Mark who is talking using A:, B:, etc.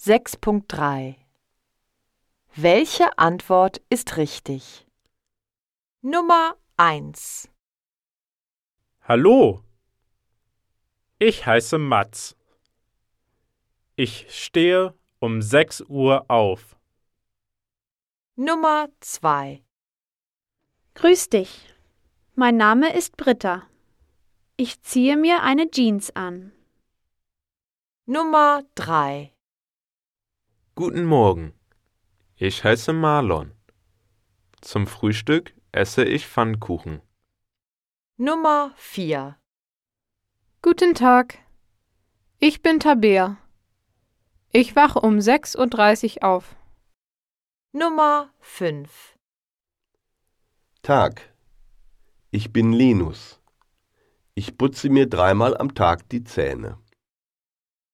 A: 6.3 Welche Antwort ist richtig? Nummer 1
B: Hallo. Ich heiße Mats. Ich stehe um 6 Uhr auf.
A: Nummer 2
C: Grüß dich. Mein Name ist Britta. Ich ziehe mir eine Jeans an.
A: Nummer 3
D: Guten Morgen. Ich heiße Marlon. Zum Frühstück esse ich Pfannkuchen.
A: Nummer 4
E: Guten Tag. Ich bin Tabea. Ich wache um 6.30 Uhr auf.
A: Nummer 5
F: Tag. Ich bin Linus. Ich putze mir dreimal am Tag die Zähne.